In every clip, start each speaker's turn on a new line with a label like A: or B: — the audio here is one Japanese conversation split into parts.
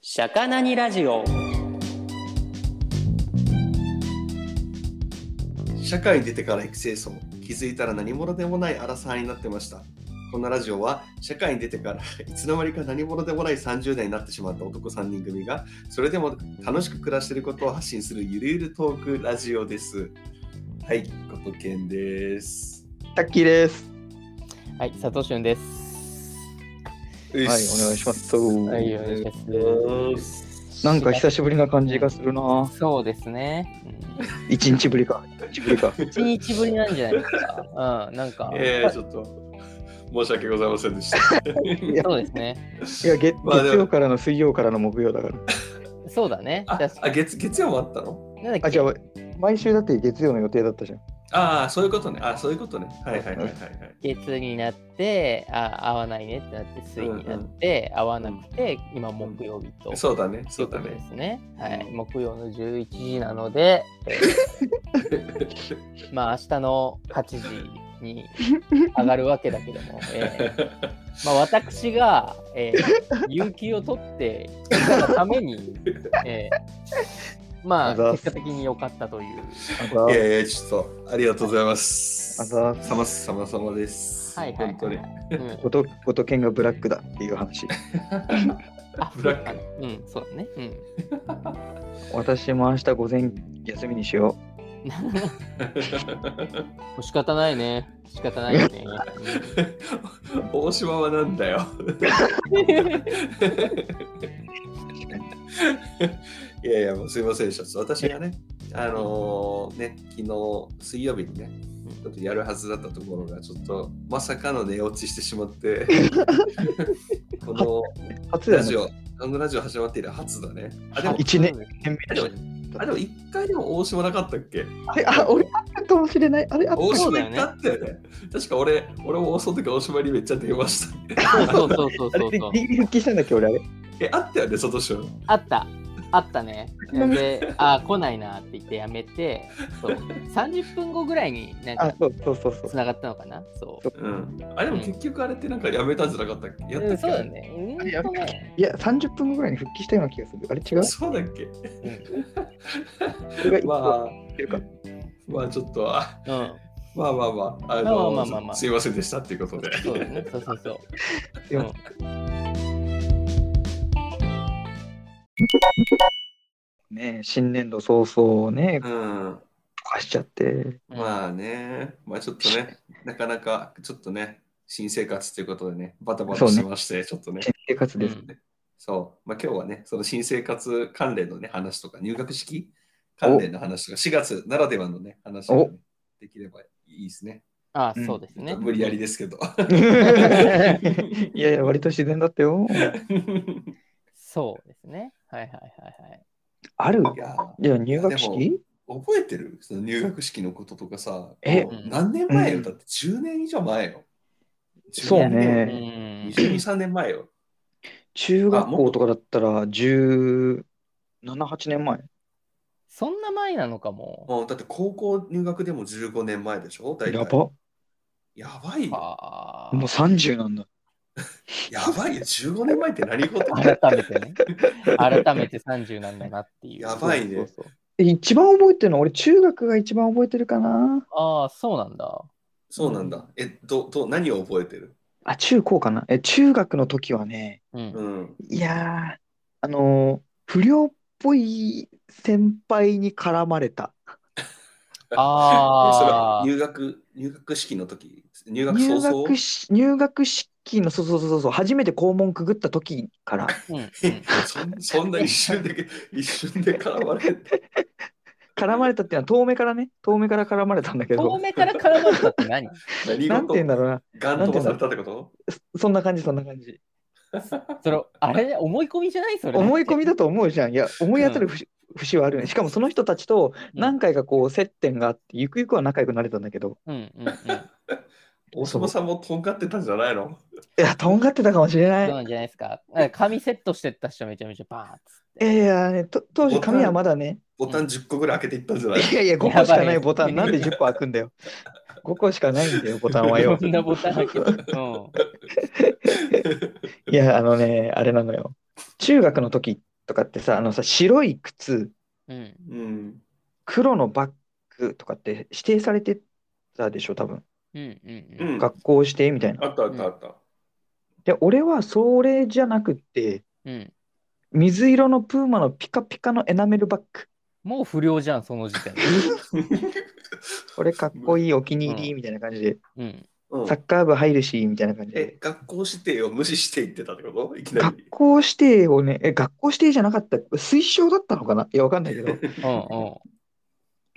A: シャカナニラジオ
B: 社会に出てから育成層気づいたら何者でもないアラサーになってましたこのラジオは社会に出てからいつの間にか何者でもない30代になってしまった男3人組がそれでも楽しく暮らしていることを発信するゆるゆるトークラジオですはいことけんです
C: タッキーです。
A: はい佐藤俊です
B: はいお
C: はい、お願いします。
A: はいお願いします
C: なんか久しぶりな感じがするな。
A: そうですね、
C: 一日ぶりか。一日ぶ りか。
A: うん、1日ぶりなんじゃないですかうんなんか、
B: えー、ちょっと申し訳ございませんで した
A: そうですね
C: いや月、
B: まあでも
C: 月曜からの水曜からの木曜だから。
A: そうだね
B: あ
A: 確か
B: あ月月曜もあったの
A: になんだっけ
C: あ、じゃあ、毎週だって月曜の予定だったじゃん。
B: ああそういうことねあそういうことねはいはいはいはいはい
A: 月になってあ合わないねってなって水になって、合わなくて今木曜日と、
B: そうだね
A: とい
B: そううだ
A: ことで
B: ね
A: すね。はい、
B: う
A: 木曜の11時なので、えーまあ明日の8時に上がるわけだけども、えーまあ私が、えー有給を取っていたがため に、えーまあ
C: あざっ
A: 結
C: す
A: 果的に良かったという。
C: あ
B: い
C: ざ
B: やいや、ちょっと、ありがとうございます。
C: あざーす
B: さます、さまさまです。
A: はいはいはい
B: 本当に。
A: うん
C: ごとごとけんがブラックだっていう話。
A: あ
B: ブラック
A: そうだねうん、そうだね。うん。
C: 私も明日午前休みにしよ
A: もう仕方ないね。仕方ないよね。
B: 大島はなんだよ。いやいや、もうすいませんでした。ちょっと私がね、あのーね、昨日、水曜日にね、ちょっとやるはずだったところが、ちょっと、まさかの寝落ちしてしま って、この
C: う。初だ
B: ラ
C: よ
B: ジ
C: ね。
B: オ、あのラジオ始まって以来初だね。あ、でも、
C: 一年変
B: あ
C: 目
B: で
C: だ
B: も
C: し
B: あ、でも一回でも大島なかったっけ
C: あれあ、俺あったかもしれない。あれあった
B: 大
A: そう
B: 島
A: だよ
B: 行っ
A: ね
B: たって、ね、確か俺、俺もその時大島にめっちゃ電話した。
A: そうそうそう
C: あ
A: そう
C: れ
A: そう。
C: リリ復帰したんだっけ俺あれ。
B: え、あったよね、その人。
A: あった。あったね。で、あー来ないなって言ってやめて、そう30分後ぐらいになん
C: あ
A: か、
C: そうそうそうそ
A: つ
C: う。
A: ながったのかな。そう。
B: うん。あ、でも結局あれってなんかやめたんじゃなかったっけやった
A: う
B: っ
A: ん
B: け、
A: そうだね。うーんとね。
C: いや、30分後ぐらいに復帰したような気がする。あれ違う
B: そうだっけ
C: それが一個
B: まあ、
C: っていうか
B: まあちょっと、あ
A: うん。
B: まあまあまあ、あ
A: まあまあまあまあ
B: すいませんでしたっていうことで。
A: そうだね。そうそうそう。
C: いや
A: うん
C: ね、新年度早々ね、
B: うん。
C: 壊しちゃって。
B: まあね、まあちょっとね、なかなかちょっとね、新生活ということでね、バタバタしてまして、ちょっとね。
C: 新生活
A: うん
C: です。
B: そう、まあ、今日はね、その新生活関連のね、話とか、入学式関連の話とか、4月ならではのね、話をね、できればいいですね。
A: あ
C: う
A: ー、
C: ん
A: そうですね。
B: 無理やりですけ ど。
C: いやいや、割と自然だったよ。
A: そうですね。はいはいはいはい。
C: ある
B: いや、
C: いや、入学
B: で
C: 式
B: 覚えてるその入学式のこととかさ、
C: え
B: もう何年前よ、
C: うん
B: だって10年以上前よ。
C: そうね
A: う
B: 10
A: ん
B: 年。22、3年前よ。
C: 中
B: あ
C: 学
B: もっ
C: 校
B: と
C: とかだったら17、8年前。
A: そんな前なのかも。
B: もうだって高校入学でも15年前でしょ大体
C: やば。
B: やばいよ。
A: あ
C: もう30なんだ。
B: やばいよ。15年前って何事
A: あ。改めてね。改めて30なんだなっていう。
B: やばい
A: そ
B: ね
A: うそうそう
C: え一番覚えてるのは俺、中学が一番覚えてるかな。
A: ああ、そうなんだ。
B: そうなんだ。え、ど、ど、何を覚えてる
C: あ、中高かな。え、中学の時はね、
A: うん。
B: うん。
C: いやー、あのー不良っぽい先輩に絡まれた。
B: えそれは
A: ああ。
B: 入学、入学式の時、入学早
C: 入
B: 々
C: 学し入学式のそうそうそうそう初めて校門くぐった時から
A: うんうん
B: そんそんな一瞬で、一瞬で絡まれて。
C: 絡まれたっていうのは遠目からね遠目から絡まれたんだけ
A: 遠
C: ど
A: 目から絡まれたって何
B: 何
C: なんて言うん
B: 事
C: だろうな
B: ガン飛ばされたってこと
C: そそんな感じそんな感じ
A: それあれ思い込みじゃないそれ
C: 思い込みだ
A: と
C: と思うじゃんいや思い当たる節,、節はあるねしかもその人たちと何回かこう接点があってゆくゆくは仲良くなれたんだけど
A: うんうんうんそ
B: 大島さんもとんがってたんじゃないの
C: いやとんがってたかもしれな
A: う
C: い
A: なんじゃないですかなんか髪セットしてった人めちゃめちゃバーンっつ
C: いやいや、ね、と当時髪はまだね
B: ボタン10個ぐらい開けていったんじゃない
C: いやいや5個しかないボタン
A: や
C: な
A: ば
C: ん
A: い
C: で10個開くんだよ5個しかないんだよボタン
A: っ
C: は
A: て
C: よ
A: こんなボタン開けてうん
C: いや、あのね、あれなのよ。中学の時っとかってさ、あのさ、白い靴、
A: うん。
B: うん。
C: 黒のバッグとかって指定されてたでしょ、多分。
A: うんうん
B: う
A: うん。
B: ん。あっ
C: 学校指定みたいな。
B: たあったあ った。
C: で、俺はそれじゃなくて、
A: うん。
C: 水色のプーマのピカピカのエナメルバッグ。
A: もう不良じゃん、その時 点で。
C: これかっこいい、お気に入りみたいな感じで、
A: うん。
B: うん
C: サッカー部入るし、みたいな感じで。
B: え、学校指定を無視して行ってたってこといきな
C: 学
B: り。
C: 校指定をね、え、学校指定じゃなかった、推奨だったのかないや、わかんな いけど、とり
A: うんうん。
C: あ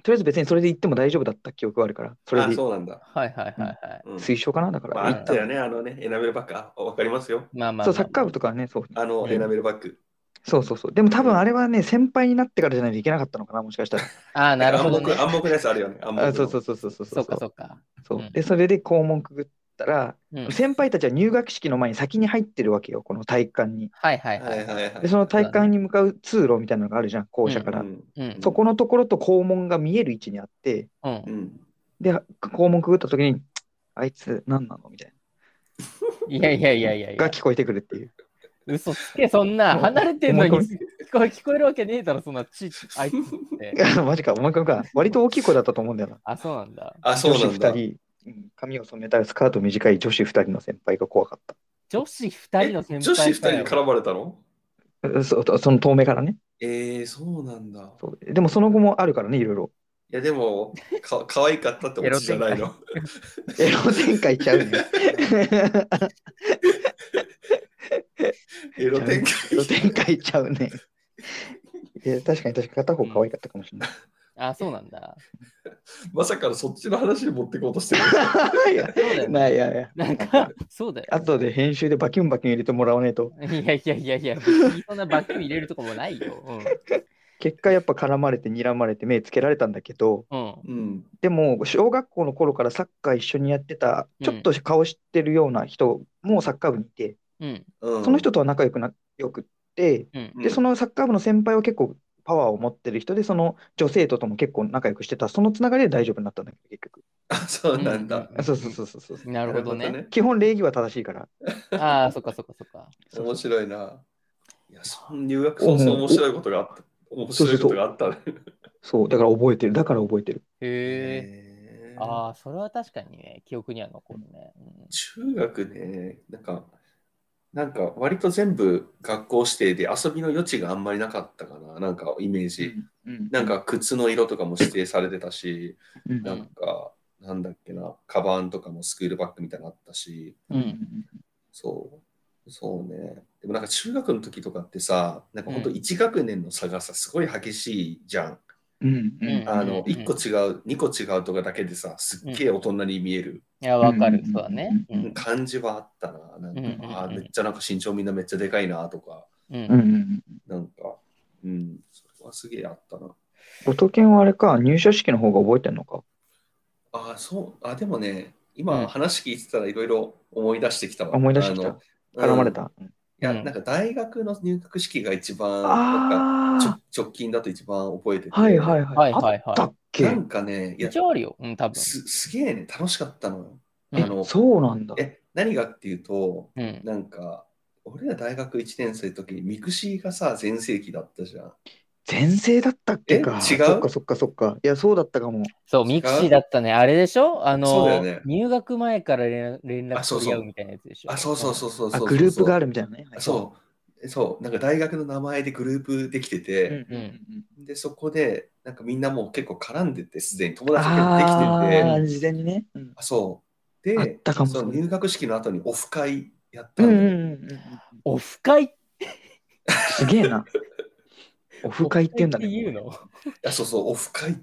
C: えず別にそれで行っても大丈夫だった記憶はあるから、それ
B: あ、
C: で
B: そうなんだ。
A: はいはいはいはい。
B: うん
C: 推奨かなだか
B: ま
C: ら。
B: あ、あ
C: 行
A: うん
B: ったよね、あのね、エナメルバッグあ。わかりますよ。
A: まあまあまあ、
C: そう、サッカー部とかはね、そう、
B: あの、
C: うん
B: エナメルバッグ。
C: そうそうそう。でも多分あれはね、先輩になってからじゃないといけなかったのかな、もしかしたら。
A: ああ、なるほど、
B: 暗
A: ね。
B: 黙暗黙のやつあるよね。暗黙。
C: あそうそううそうそうそう
A: そうかそうか。
C: そう
A: うん
C: で、それで校門くぐったら、
A: うん。
C: 先輩たちは入学式の前に先に入ってるわけよ、この体育館に。
A: はいはいは。
B: はいいはいはい。
C: で、その体育館に向かう通路みたいなのがあるじゃん、校舎から。
B: うん
A: うん。
C: そこのところと校門が見える位置にあって、
A: うん
B: う。ん。
C: で、校門くぐった時に、あいつ何なのみたい
A: いやいやいやいやい
C: な。が
A: や。
C: 聞こえてくるっていう。
A: 嘘つけ、そんな。離れてんのに
C: 思い
A: 聞こえ聞こえるわけねえだろ、そんな。ちあいつって。
C: マジか、思い込みか。割と大きい子だったと思うんだよな。
A: あ、そうなんだ。
B: あ、そうなんだ。
C: 女子2人、うん髪を染めたスカート短い女子2人の先輩が怖かった。
A: 女子二人の先輩
B: 女子二人
A: かよ
B: に絡まれたの
C: うそその遠目からね
B: えー、そうなんだ。
C: そう。でもその後もあるからね、いろいろ。
B: いや、でも、か可愛かったってことじゃないの。
C: エロ展開ちゃう ね。
B: エロ展
C: エロ
B: 開。
C: 展開ちゃうね。いや確かに確かに片方可愛かったかもしれない。
A: あ、そうなんだ。
B: まさかのそっちの話に持ってこうとしてる。
C: いや
A: そうだよ、ね。
C: ないやいや。
A: なんか、そうだよ。
C: 後で編集でバキュンバキュン入れてもらわねえと。
A: いやいやいやいや、別にそんなバッキン入れるとこもないよ。
C: 結果やっぱ絡まれて睨まれて目つけられたんだけど、
A: うん。うん。
B: うん。
C: でも小学校の頃からサッカー一緒にやってた、ちょっと顔知ってるような人もサッカー部にいて、
A: うん。
B: うん、
C: その人とは仲良くな、よくって、
A: うん。
B: うん
C: で、そのサッカー部の先輩は結構パワーを持ってる人で、その女性ととも結構仲良くしてた、そのつながりで大丈夫になったんだけど、結局。
B: あ、そうなんだ。
A: うん
C: そうそうそうそうそう。
A: なるほどね。。
C: 基本礼儀は正しいから。
A: ああ、そっかそっかそっか。
C: そう
B: 面白いな。いや、そん入学早々面白いことがあった。面白いことがあったね。
C: そう、だから覚えてる。だから覚えてる。
A: へえ。
B: へー
A: ああ、それは確かにね、記憶には残るね。うん
B: 中学ね、なんか、なんか割と全部学校指定で遊びの余地があんまりなかったかな、なんかイメージ。なんか靴の色とかも指定されてたし、
C: うん、
B: なんか、なんだっけな、カバンとかもスクールバッグみたいなのあったし、
A: うん
B: そう、そうね。でもなんか中学の時とかってさ、なんか本当1学年の差がさ、すごい激しいじゃん。
C: うんう
A: うん
C: ん
B: あ
A: うん
B: の、1個違う、2個違うとかだけでさ、すっげえ大人に見える
A: いや、わかる
C: う。ん
A: そうだね。う
B: うん
A: ん。
B: 感じはあったな。なん
A: うん
B: か、あーめっちゃなんか身長みんなめっちゃでかいなとか、
A: う。
C: うんうんん。
B: なんか、うん、それはすげえあったな。
C: 音犬はあれか、入社式の方が覚えてんのか。
B: ああ、そう、あ、でもね、
A: うん
B: 今話聞いてたらいろいろ思い出してきたわ。
C: 思い出してきた
B: あの
C: 絡まれ。
B: うん
C: た。うん
B: いや、
A: うん
B: なんか大学の入学式が一番、なんかちょ
C: あ
B: 直近だと一番覚えてて。
C: あはいはいは。
A: はいい
C: あ
A: はい
C: った
A: は
C: っ
B: いな
C: け
B: んかね、い
A: い。
B: や、
A: 一応あるよ。うん、多分。
B: す、すげえね、楽しかったのよ。あ
C: え
B: の、
C: そうなんだ。
B: え、何がっていうと、
A: うん。
B: なんか、俺ら大学1年生の時にミクシーがさ、全盛期だったじゃん。
C: 全盛だったっけか。
B: え違う
C: そっかそっかそっか。いや、そうだったかも。
A: そう、ミクシーだったね。あれでしょあ
B: そうだよ
A: の
B: ね、
A: 入学前から連連絡
B: あそう
A: 取
B: そ
A: り
B: う
A: 合うみたいなやつでしょ。。
B: あ、そうそうそううそうそう
C: あ、
B: そう。
C: グループがあるみたいなね。はい
B: そう。そう。なんか大学の名前でグループできて
C: うん
B: て、
C: うんうん
B: で、そこで、なんかみんなもう結構絡んでて、すでに友達結構でき
C: あ
B: てて、
C: あ、事前にね。うん
B: あそう。
C: あっ
B: で、
C: たかも
B: その入学式の後にオフ会やった
C: うん
B: の
C: うん
B: よ
C: うんうん。
A: オフ会
C: すげえな。オフ会って言うんだね。
A: オフ会って言うの
B: あ、そうそう、オフ会って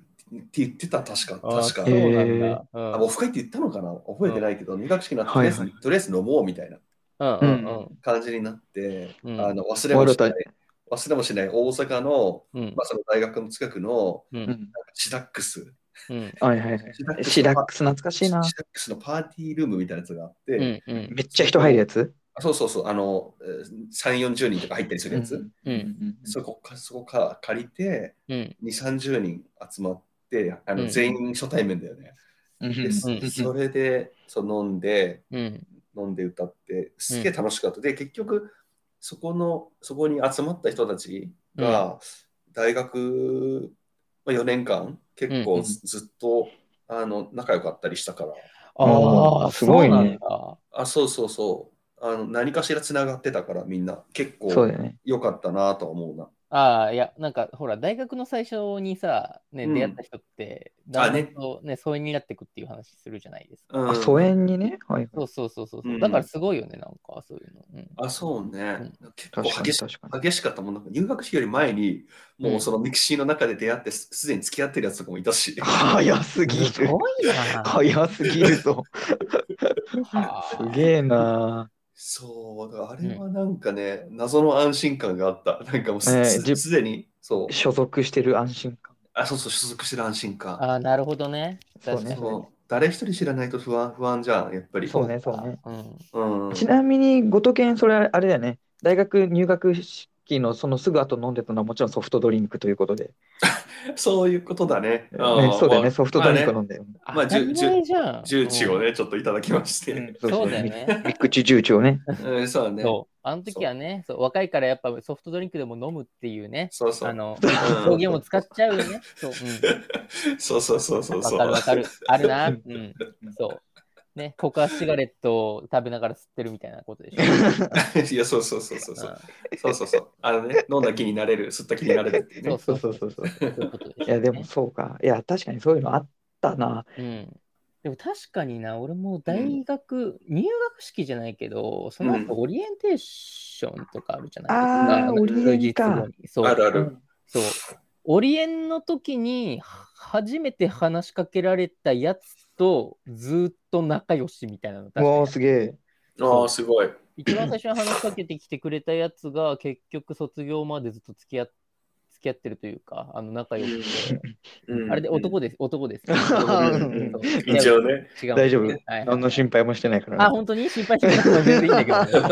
B: 言ってた、確か。
A: あ
B: 確
A: そ。う
B: か
A: なん
C: へ
A: だ。う
B: あ
A: ん
B: オフ会って言ったのかな覚えてないけど、入学式の後、と
C: は
B: り
C: い
B: あえ
C: はい
B: ず、とりあえず飲もうみたいな
A: うんうん
B: 感じになって、
A: うん
B: あの忘れもしな
C: 終わ
B: い
C: る、
B: 忘れもしない大阪の、
A: うん。うん
B: まあ、その大学の近くの
A: う
C: うんん
B: シダックス、
A: うん
C: はいはいはい。シラックス懐かしいな。
B: シダックスのパーティールームみたいなやつがあって、
A: うんうん
C: めっちゃ人入るやつ
B: あそうそうそう、あの、えー3、40人とか入ったりするやつ、
C: うん
A: うん
B: そこか、そこから借りて、
A: うん
B: 2、30人集まって、あの
A: うん
B: 全員初対面だよね。
C: うん
B: で
A: うん
B: それでそう飲んで、
A: うん
B: 飲んで歌って、すげえ楽しかった。で、結局、そこの、そこに集まった人たちが、大学、まあ、4年間、結
A: うんう
B: 構
A: ん
B: ず,、っと、あの、仲良かったりしたから、
C: あーすごいね
A: そうなんだ
B: あ、そうそうそう、あの何かしらつながってたから、みんな、結
C: そう
B: 構
C: だよね。
B: 良かったなとは思うな。
A: ああ、いや、なんか、ほら、大学の最初にさ、ね、
B: うん
A: 出会った人って、だ
B: あ
A: んだ
B: ね
A: んとね、疎遠になってくっていう話するじゃないですか。
B: うん
C: あ、疎遠にね。はい。
A: そうそうそうそう。
B: う
A: うんだからすごいよね、なんか、そういうの。うん
B: あ、そうね。結構
C: 確かに
B: 激し
C: 確かに。
B: 激しかったもんなんか入学式より前にもうそのミクシーの中で出会ってすすでに付き合ってるやつとかもいた し、
C: 早すぎ
A: す
C: る。
A: ごいな。
C: 早すぎるぞ。すげえな。
B: そうだからあれはなんかね、謎の安心感があったなんかもうす,
C: えー
B: す、
C: じ
B: すでにそう
C: 所属してる安心感。
B: あそうそう所属してる安心感
A: ああ、なるほどね。確かに。
B: そう誰一人知らないと不安不安じゃんやっぱり
C: そうね、そうね。
A: うん。
B: うん
C: ちなみに、ごとけん、それあれだよね。大学入学式のそのすぐ後飲んでたのはもちろんソフトドリンクということで。
B: そういうことだね、
C: ね
B: あー
C: そうだよ
B: ま
C: ね、
B: あ
C: ソフトドリンク
B: ま
C: 飲んだよね。
B: あまあ
A: 当たり前じゃ
B: あ
A: ん。
B: ね重治をねちょっといただきまし
A: うん。うん
B: て、
A: そうだよね。
C: ミックチ重長ね。
B: うん、そうだね
A: そう。あの時はね、そう若いからやっぱソフトドリンクでも飲むっていうね、
B: そうそう
A: あ の、
B: うん
A: 表現も使っちゃうよね。そう。うん
B: そうそうそうそう
A: わ
B: そう
A: かるわ かる。あるな。うん。そう。ね、ココアシガレットを食べながら吸ってるみたいなことでしょ。
B: いやそうそうそうそうそう
A: う
B: そうそうそう。あのね、飲んだ気になれる、吸った気になれるっていうね。
A: そう
C: そうそうそうそう。
A: んそういうことでしょうね
C: いや、でも、そうか。いや、確かにそういうのあったな。
A: うん。でも確かにな、俺も大学、入学式じゃないけど、その後
B: うん
A: オリエンテーションとかあるじゃない
C: あ
A: の
C: ーオリエ
A: 数
C: ン
A: 日
C: か
A: 後にそう。
B: あるある。
A: そう。オリエンの時に初めて話しかけられたやつとずっと仲良しみたいなの確かに
C: わあ、すげえ。
B: ああ、すごい。
A: 一番最初に話しかけてきてくれたやつが結局卒業までずっと付き合っ付き合ってるというか、あの仲良くて、あれで男です、男です。そ
C: ん
A: う
B: 一応ね。
A: 違う
C: 大丈夫
A: はいはい
C: 何の心配もしてないから
A: あ、
C: ね。
A: 本当に心配してなくても全然いいんだけどね、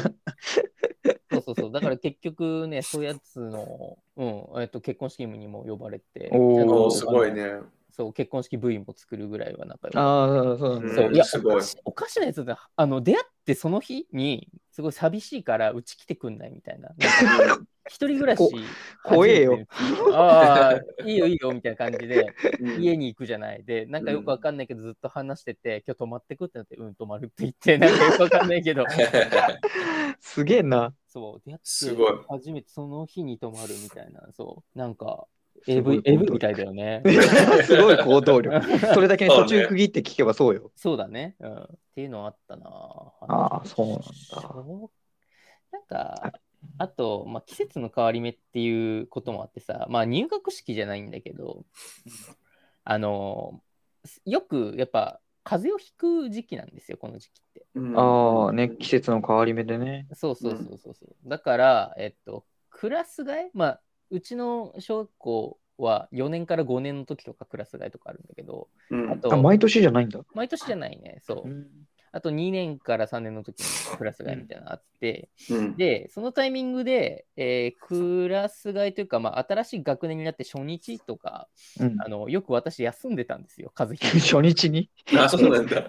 A: そうそうそう。だから結局ね、そういうやつの、うん、えっと、結婚式にも呼ばれて、
C: おー
A: ちゃん
B: お
A: と
B: お、すごい。ね。
A: そう、結婚式部員も作るぐらいは仲良くて
C: ああ、そうなんだ。
A: そうう、
B: ん
A: いや、
B: すごい
A: おかしおかしなやつだ。あの、出会ってその日に、すごい寂しいから、うち来てくんないみたいな。なんか一人暮らし
C: こ。怖えよ
A: 初めて。ああ、いいよいいよ、みたいな感じで、
B: うん
A: 家に行くじゃない。で、なんかよくわかんないけど、ずっと話してて、今日泊まってくってなって、うん、泊まるって言って、なんかよくわかんないけど、
C: すげえな。
A: そう、出会って、
B: すごい
A: 初めてその日に泊まるみたいな、そう、なんか、
C: すご
A: AV
C: い、行動
A: AV
C: 力
A: みたいだよね。
C: すごい行動力。それだけ ね
B: そうね
C: 途中区切って聞けばそうよ。
A: そうだね。うん。っていうのはあったな。
C: あーそうなんだ
A: そう。なんか、あと、まあ、季節の変わり目っていうこともあってさ、まあ、入学式じゃないんだけど、あの、よくやっぱ、風邪をひく時期なんですよ、この時期って。
C: ああ、ね、季節の変わり目でね。
A: そうそうそうそうそう、だから、えっと、クラス替え、まあ、うちの小学校は4年から5年の時とかクラス替えとかあるんだけど、
B: うん
A: あと
C: あ、毎年じゃないんだ。
A: 毎年じゃないね、そうう。
C: ん
A: あと2年から3年の時にクラス替えみたいなのあって、
B: うん
A: で、そのタイミングで、えークラス替えというか、まあ、新しい学年になって初日とか、
C: うん
A: あのよく私休んでたんですよ、風邪ひいて。
C: 初日に
B: あ、そうなんだ。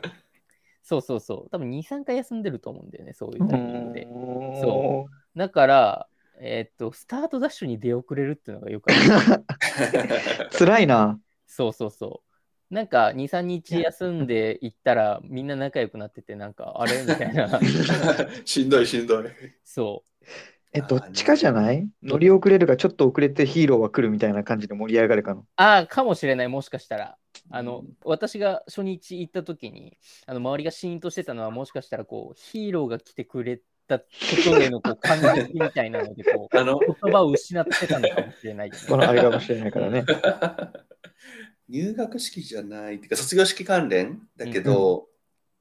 A: そうそうそう。多分2、3回休んでると思うんだよね、そういうタイミングで。
C: そ
A: だから、えーっと、スタートダッシュに出遅れるっていうのがよくある。
C: う。辛いな。
A: そうそうそう。なんか2、3日休んで行ったら、みんな仲良くなってて、なんか、あれみたいな。
B: しんどいしんどい。
A: そ
C: え、どっちかじゃない乗り遅れるか、ちょっと遅れてヒーローは来るみたいな感じで盛り上がるかの
A: う。。ああ、かもしれない、もしかしたら。あの、私が初日行った時にあの周りがシーンとしてたのはもしかしたらこうヒーローが来てくれたことへのこう感激みたいなのでこう
B: あの、
A: 言葉を失ってたのかもしれないよね、
C: このあれかもしれないから ね。
B: 入学式じゃないっていうか、卒業式関連だけど、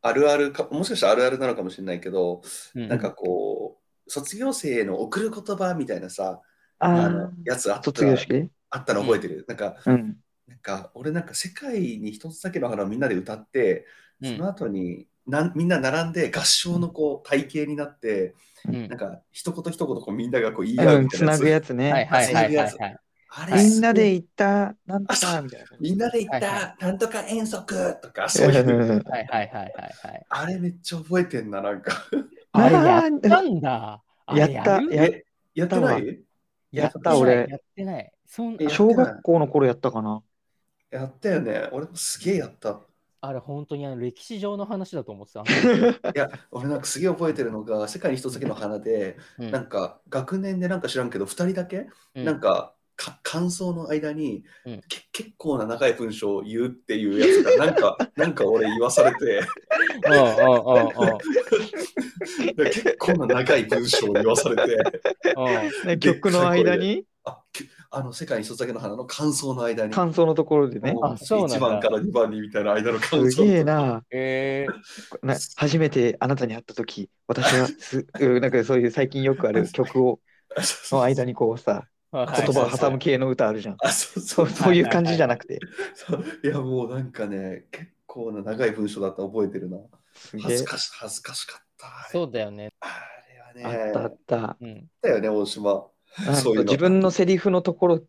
B: あるあるか、もしかしたらあるあるなのかもしれないけど、
A: うん
B: なんかこう、卒業生への送る言葉みたいなさ、あ
C: あ
B: のやつあっ
C: あ、
B: た
C: 卒業式
B: あったの覚えてる、なんか、
C: うん。
B: なんか俺なんか世界に一つだけの花をみんなで歌って、
A: う
B: その
A: ん
B: 後になんみんな並んで合唱のこう体系になって、
A: うん
B: なんか一言一言こうみんながこう言い合
C: う、
B: うんみたい
C: つ
B: な
C: な
B: やつ。
C: ぐやつね。
A: はいはいはいはい、はい。
B: あ
A: は
B: れ
A: い
C: みんなで
B: す
C: 行った、なんとか、みたい
B: ごいみんなで言った、
A: はいは
B: なんとか遠足とかそういう。
C: な。
A: はいはいはいはいはい。
B: あれめっちゃ覚えてんな、なんか。
A: あれやったんだ。あ
C: やっ
A: れ
C: た
A: る
C: や
B: えやってない
C: やっ
A: や
C: た
A: ってない
C: 俺
A: やってない。そん
B: え
A: あ
B: しょ
C: 小学校の頃やったかな
B: やったよね。俺もすげえやった。
A: あれ、本当にあの歴史上の話だと思ってた。
B: いや、俺なんかすげえ覚えてるのが、世界に一つだけの花で、
A: うん
B: なんか学年でなんか知らんけど、2人だけ、
A: うん
B: なんかか感想の間に、
A: うん
B: け結構な長い文章を言うっていうやつが、なん か、なんか俺言わされて、
A: うんうんうんうん
B: 結構な長い文章を言わされて、
A: うん
C: ね曲の間に
B: あきあの世界に一つだけの花の感想の間に、
C: 感想のところでね
A: あそうなんだ
B: 1番から2番にみたいな間の感想
C: すげえな
A: え
C: な初めてあなたに会った時私はす うんなんかそういう最近よくある曲をの間にこうさ
A: ーはい
C: 言葉を挟む系の歌あるじゃん
B: あ、そうそ
C: そううそういう感じじゃなくて
B: そう。いや、もうなんかね、結構な長い文章だったら覚えてるな。
C: すげ
B: 恥
C: え
B: ずかし恥ずかしかった。あれ
A: そうだよね。
B: あれは
C: あ
B: ね、
C: ったあった
A: うん。
B: だよね、大島。
C: なんか
B: そういうの
C: 自分のセリフのところ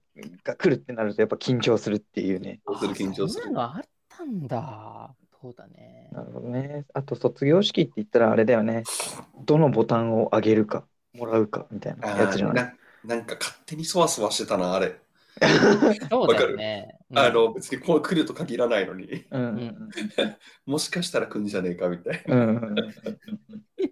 C: が来るってなるとやっぱ緊張するっていうね
B: どうする緊張す
A: あそ
B: る
A: ん。なのあったんだ。そうだね。
C: なるほどねあと卒業式って言ったらあれだよねどのボタンを上げるかもらうかみたいな
B: あ
C: やつじゃ
B: ー
C: ない
B: ななんか勝手にそわそわしてたな、あれ。
A: そうだよね。
B: あ
A: うん、
B: の、別にこう来ると限らないのに、
C: うんうん
B: もしかしたら来んじゃねえかみたい
C: うんうんうんうん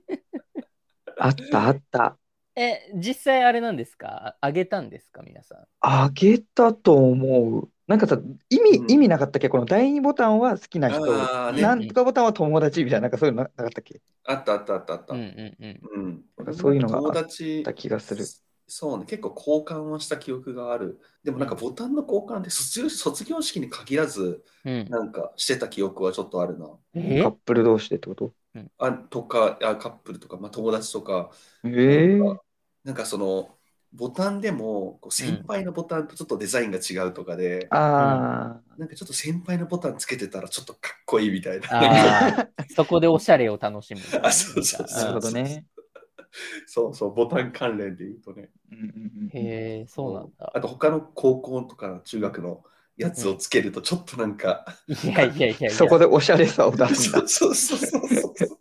C: あったあった
A: え、実際あれなんですかあげたんですか皆さん。
C: あげたと思う。なんかさ、意味、
B: うん
C: 意味なかったっけこの第二ボタンは好きな
B: な。
C: 人、
B: あーね
C: な
A: うん
C: んとかボタンは友達みたいな、なんかそういうのななかったっけ
B: あったあったあったあった。
A: う
B: うんん。
A: うんうん。
C: そういうのが
B: 友
C: あ
B: 達
C: った気がする。
B: そうね、結構交換はした記憶がある。でもなんかボタンの交換って卒業卒業式に限らず、
A: うん、
B: なんかしてた記憶はちょっとある な。
A: え
C: カップル同士でってこと
B: あとかあ、カップルとか、まあ、友達とか、
C: ええ
B: なんかなんかその、ボタンでもこう先輩のボタンとちょっとデザインが違うとかで、
C: あ
B: なんかちょっと先輩のボタンつけてたらちょっとかっこいいみたいな。
A: ああ、そこでおしゃれを楽しむ。
B: あそうそう
C: あ、なるほどね。
B: そうそう、ボタン関連で言うとね。
C: うんうんうん
A: へえ、そうなん だ
B: あ。と他の高校とか中学のやつをつけるとちょっとなんか、
A: いやいやいやい や。
C: そこでおしゃれさを出すん
B: そうそうそうそうそう。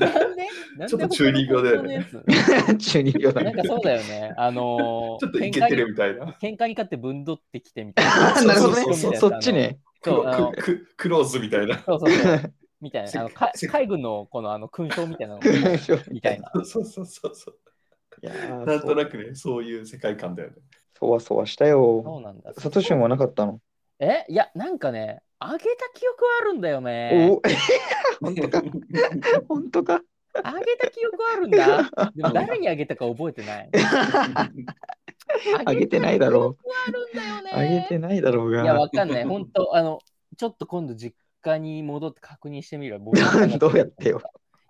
A: なんでなんで
B: ちょっとチューニングがだよね
A: 他の高校のや
C: だ。 中二病だ
A: つなん
C: ね。
A: かそうだよね。あの
B: ちょ
A: ー
B: っといけてるみたいな。
A: 喧嘩に喧嘩に勝ってぶんどってきてみたい
C: あ
A: な。
C: ーなるほど
B: そうそう
C: ね。そっちね。
B: ク
A: そう
B: ロ
A: あの
B: クククローズみたいな。
A: そうそうそう。みたい
B: せ
A: な。あのか
B: せ
A: 海軍のこのあの勲章みたい なのみたいな。
B: そうそうそうそう。
C: いやー
B: なんとなくね、そういう世界観だよね。
C: そわそわした
A: そう
C: よ。
A: なんだ。
C: サトシンはなかったの
A: えいや、なんかね、あげた記憶はあるんだよね。
C: お本当か本当か
A: あげた記憶はあるん だ。でも誰にあげたか覚えてない。
C: あげてないだろ
A: あるんだよね。
C: う。あげてないだろうが。
A: いや、わかんない。本当あの、ちょっと今度実家に戻って確認してみ るわ。ボタンが
C: どうやってよ。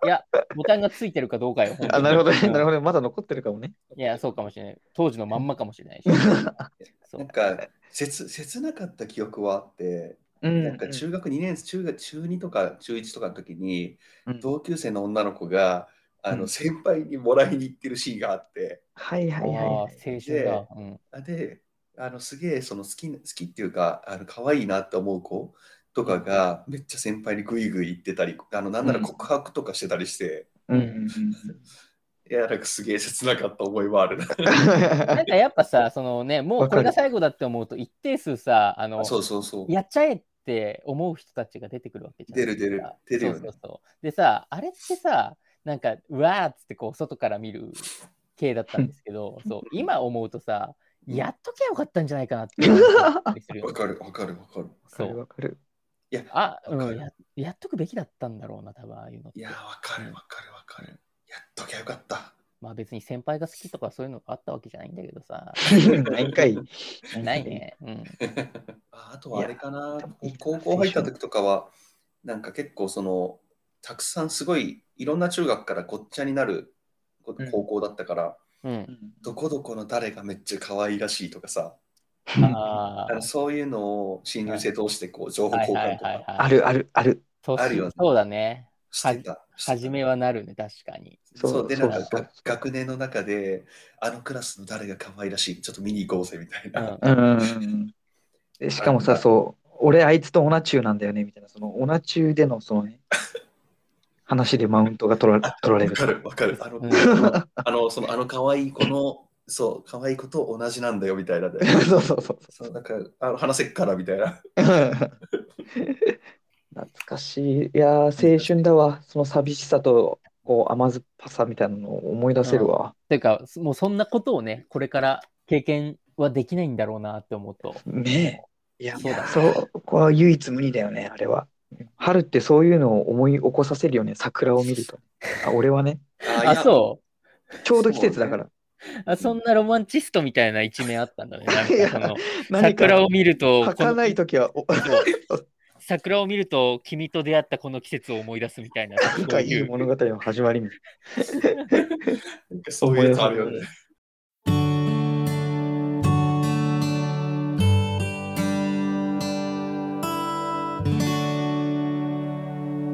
A: いや、ボタンがついてるかどうかよ。
C: あなるほどね、なる
A: ほ
C: ほどね、まだ残ってるかもね。
A: ど。いや、そうかもしれない。当時のまんまかもしれ ないし。そ
B: なん
A: う。
B: か、切切なかった記憶はあって、
C: うん
B: なんか中学2年、中学中2とか中1とかの時に、
C: うん
B: 同級生の女の子が、あ
C: う
B: の
C: ん
B: 先輩にもらいに行ってるシーンがあって、
C: はい
A: あ
C: は
A: あ
C: い
A: ー、
C: は
A: 青
C: い。
A: 春だ。うん。
B: あで、あのすげえその好き好きっていうか、あの可愛いなって思う子とかが、めっちゃ先輩にグイグイ言ってたり、あのなんなら告白とかしてたりして、
C: うん うん
B: いや、なんかすげえ切なかった思いはあるな。
A: なんかやっぱさ、そのね、もう
C: わ
A: こ
C: かる
A: れが最後だって思うと、一定数さ、あの、
B: そうそうそう。
A: やっちゃえって思う人たちが出てくるわけじゃん
B: 出る出る出るよ
A: そ
B: ね
A: うそうそう。でさ、あれってさ、なんか、うわーっつってこう、外から見る系だったんですけ ど、そう、今思うとさ、やっときゃよかったんじゃないかなって思ったりするよ
B: わ
A: ね
B: かるわかるわかる。
C: う
A: そ
C: ん。
A: う。
C: わかる。
B: いや、
A: あ、う
B: わか
A: ん
B: る
A: や、やっとくべきだったんだろうな、多分ああいうのって
B: いや、わかるわかるわかる。やっときゃよか った。
A: まあ別に先輩が好きとかそういうのがあったわけじゃないんだけど さ。
C: 何回
A: ない。ね。うん。
B: ああとはあれかない
C: や、
B: 高校入った時とかは、なんか結構その、たくさんすごい、いろんな中学からごっちゃになるこ
C: うん
B: 高校だったから、
A: うん。
B: どこどこの誰がめっちゃ可愛らしいとかさ、
A: あ
B: あのそういうのを新入生同士でこう情
A: あ。
B: 報
A: はいは
B: 交
A: い
B: 換と
A: はい
B: か
A: はい。
C: あるあるある。
A: 年
B: あるよね
A: そうだね。
B: してた。
A: 初めはなるね、確かに。
B: そう
C: そう
B: でなんか
C: そうそう
B: が学年の中であのクラスの誰が可愛らしいちょっと見に行こうぜみたいな、
A: うん。
C: うんうんうん。でしかもさ、そう、俺あいつとオナチューなんだよね、みたいな、そのオナチューでのそのね、話でマウントが取ら取られ
B: わ
C: る
B: か。るわかる。あの、
A: うん
B: あの、その、あの可愛い子の、そう、可愛い子と同じなんだよみたいなで。
C: そうそうそう。
B: そう、なんか、あの話せっからみたいな。
C: 懐かしい。いやー、青春だわ。その寂しさとこう甘酸っぱさみたいなのを思い出せるわ。
A: ていうか、もうそんなことをね、これから経験はできないんだろうなって思うと。
C: ねえ。いや、
A: そうだ
C: そう、ここは唯一無二だよね、あれは。春ってそういうのを思い起こさせるよね、桜を見ると。あ俺はね、
B: あ
A: あ、そう
C: ちょうど季節だから。
A: うあ。そんなロマンチストみたいな一面あったんだね。なん
C: いや
A: かその
C: 何か
A: 桜を見ると、
C: 履かない時は、お
A: この桜を見ると君と出会ったこの季節を思い出すみたいな。
C: なん
A: そ
C: か
A: う
C: い
A: い
C: いう物語の始まりに。
B: いやそういうやつあるよね。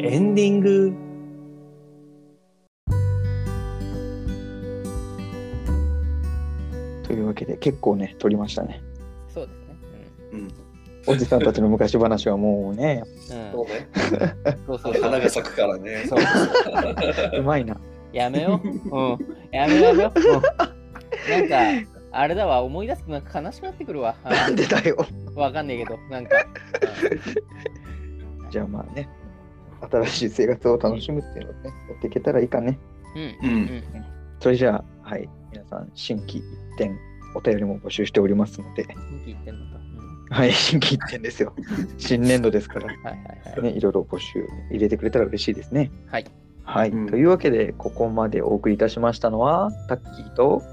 B: エンディング。
C: というわけで、結構ね、撮りましたね。
A: そうですね。
B: うん。
C: おじさんたちの昔話はもう ね、
A: うん。
B: そううね。
A: ん、そうそうそう
B: 花が咲くからね。
A: そう
C: うまいな。
A: やめよう。うん。やめようやめよう。うんなんか、あれだわ、思い出すとなんか悲しくなってくるわ。うん
C: なんでだよ。
A: わかんないけど、なんか。
C: じゃあまあね、新しい生活を楽しむっていうのをね、やっていけたらいいかね。
A: うん。
B: うん
A: うん。
C: それじゃあ、はい、皆さん、新規一点、お便りも募集しておりますので、
A: うん。言ってんのか。うん
C: はい、新規一点 ですよ。新年度ですから、
A: はいはいはい。
C: ね、いろいろ募集入れてくれたら嬉しいですね。
A: はい。
C: はい、
B: うん
C: というわけで、ここまでお送りいたしましたのは、タッキーと、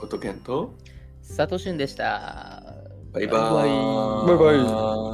B: ことけんと。
A: サトシュンでした。
B: バイバーイ。
C: バイバ
B: イ。
C: イ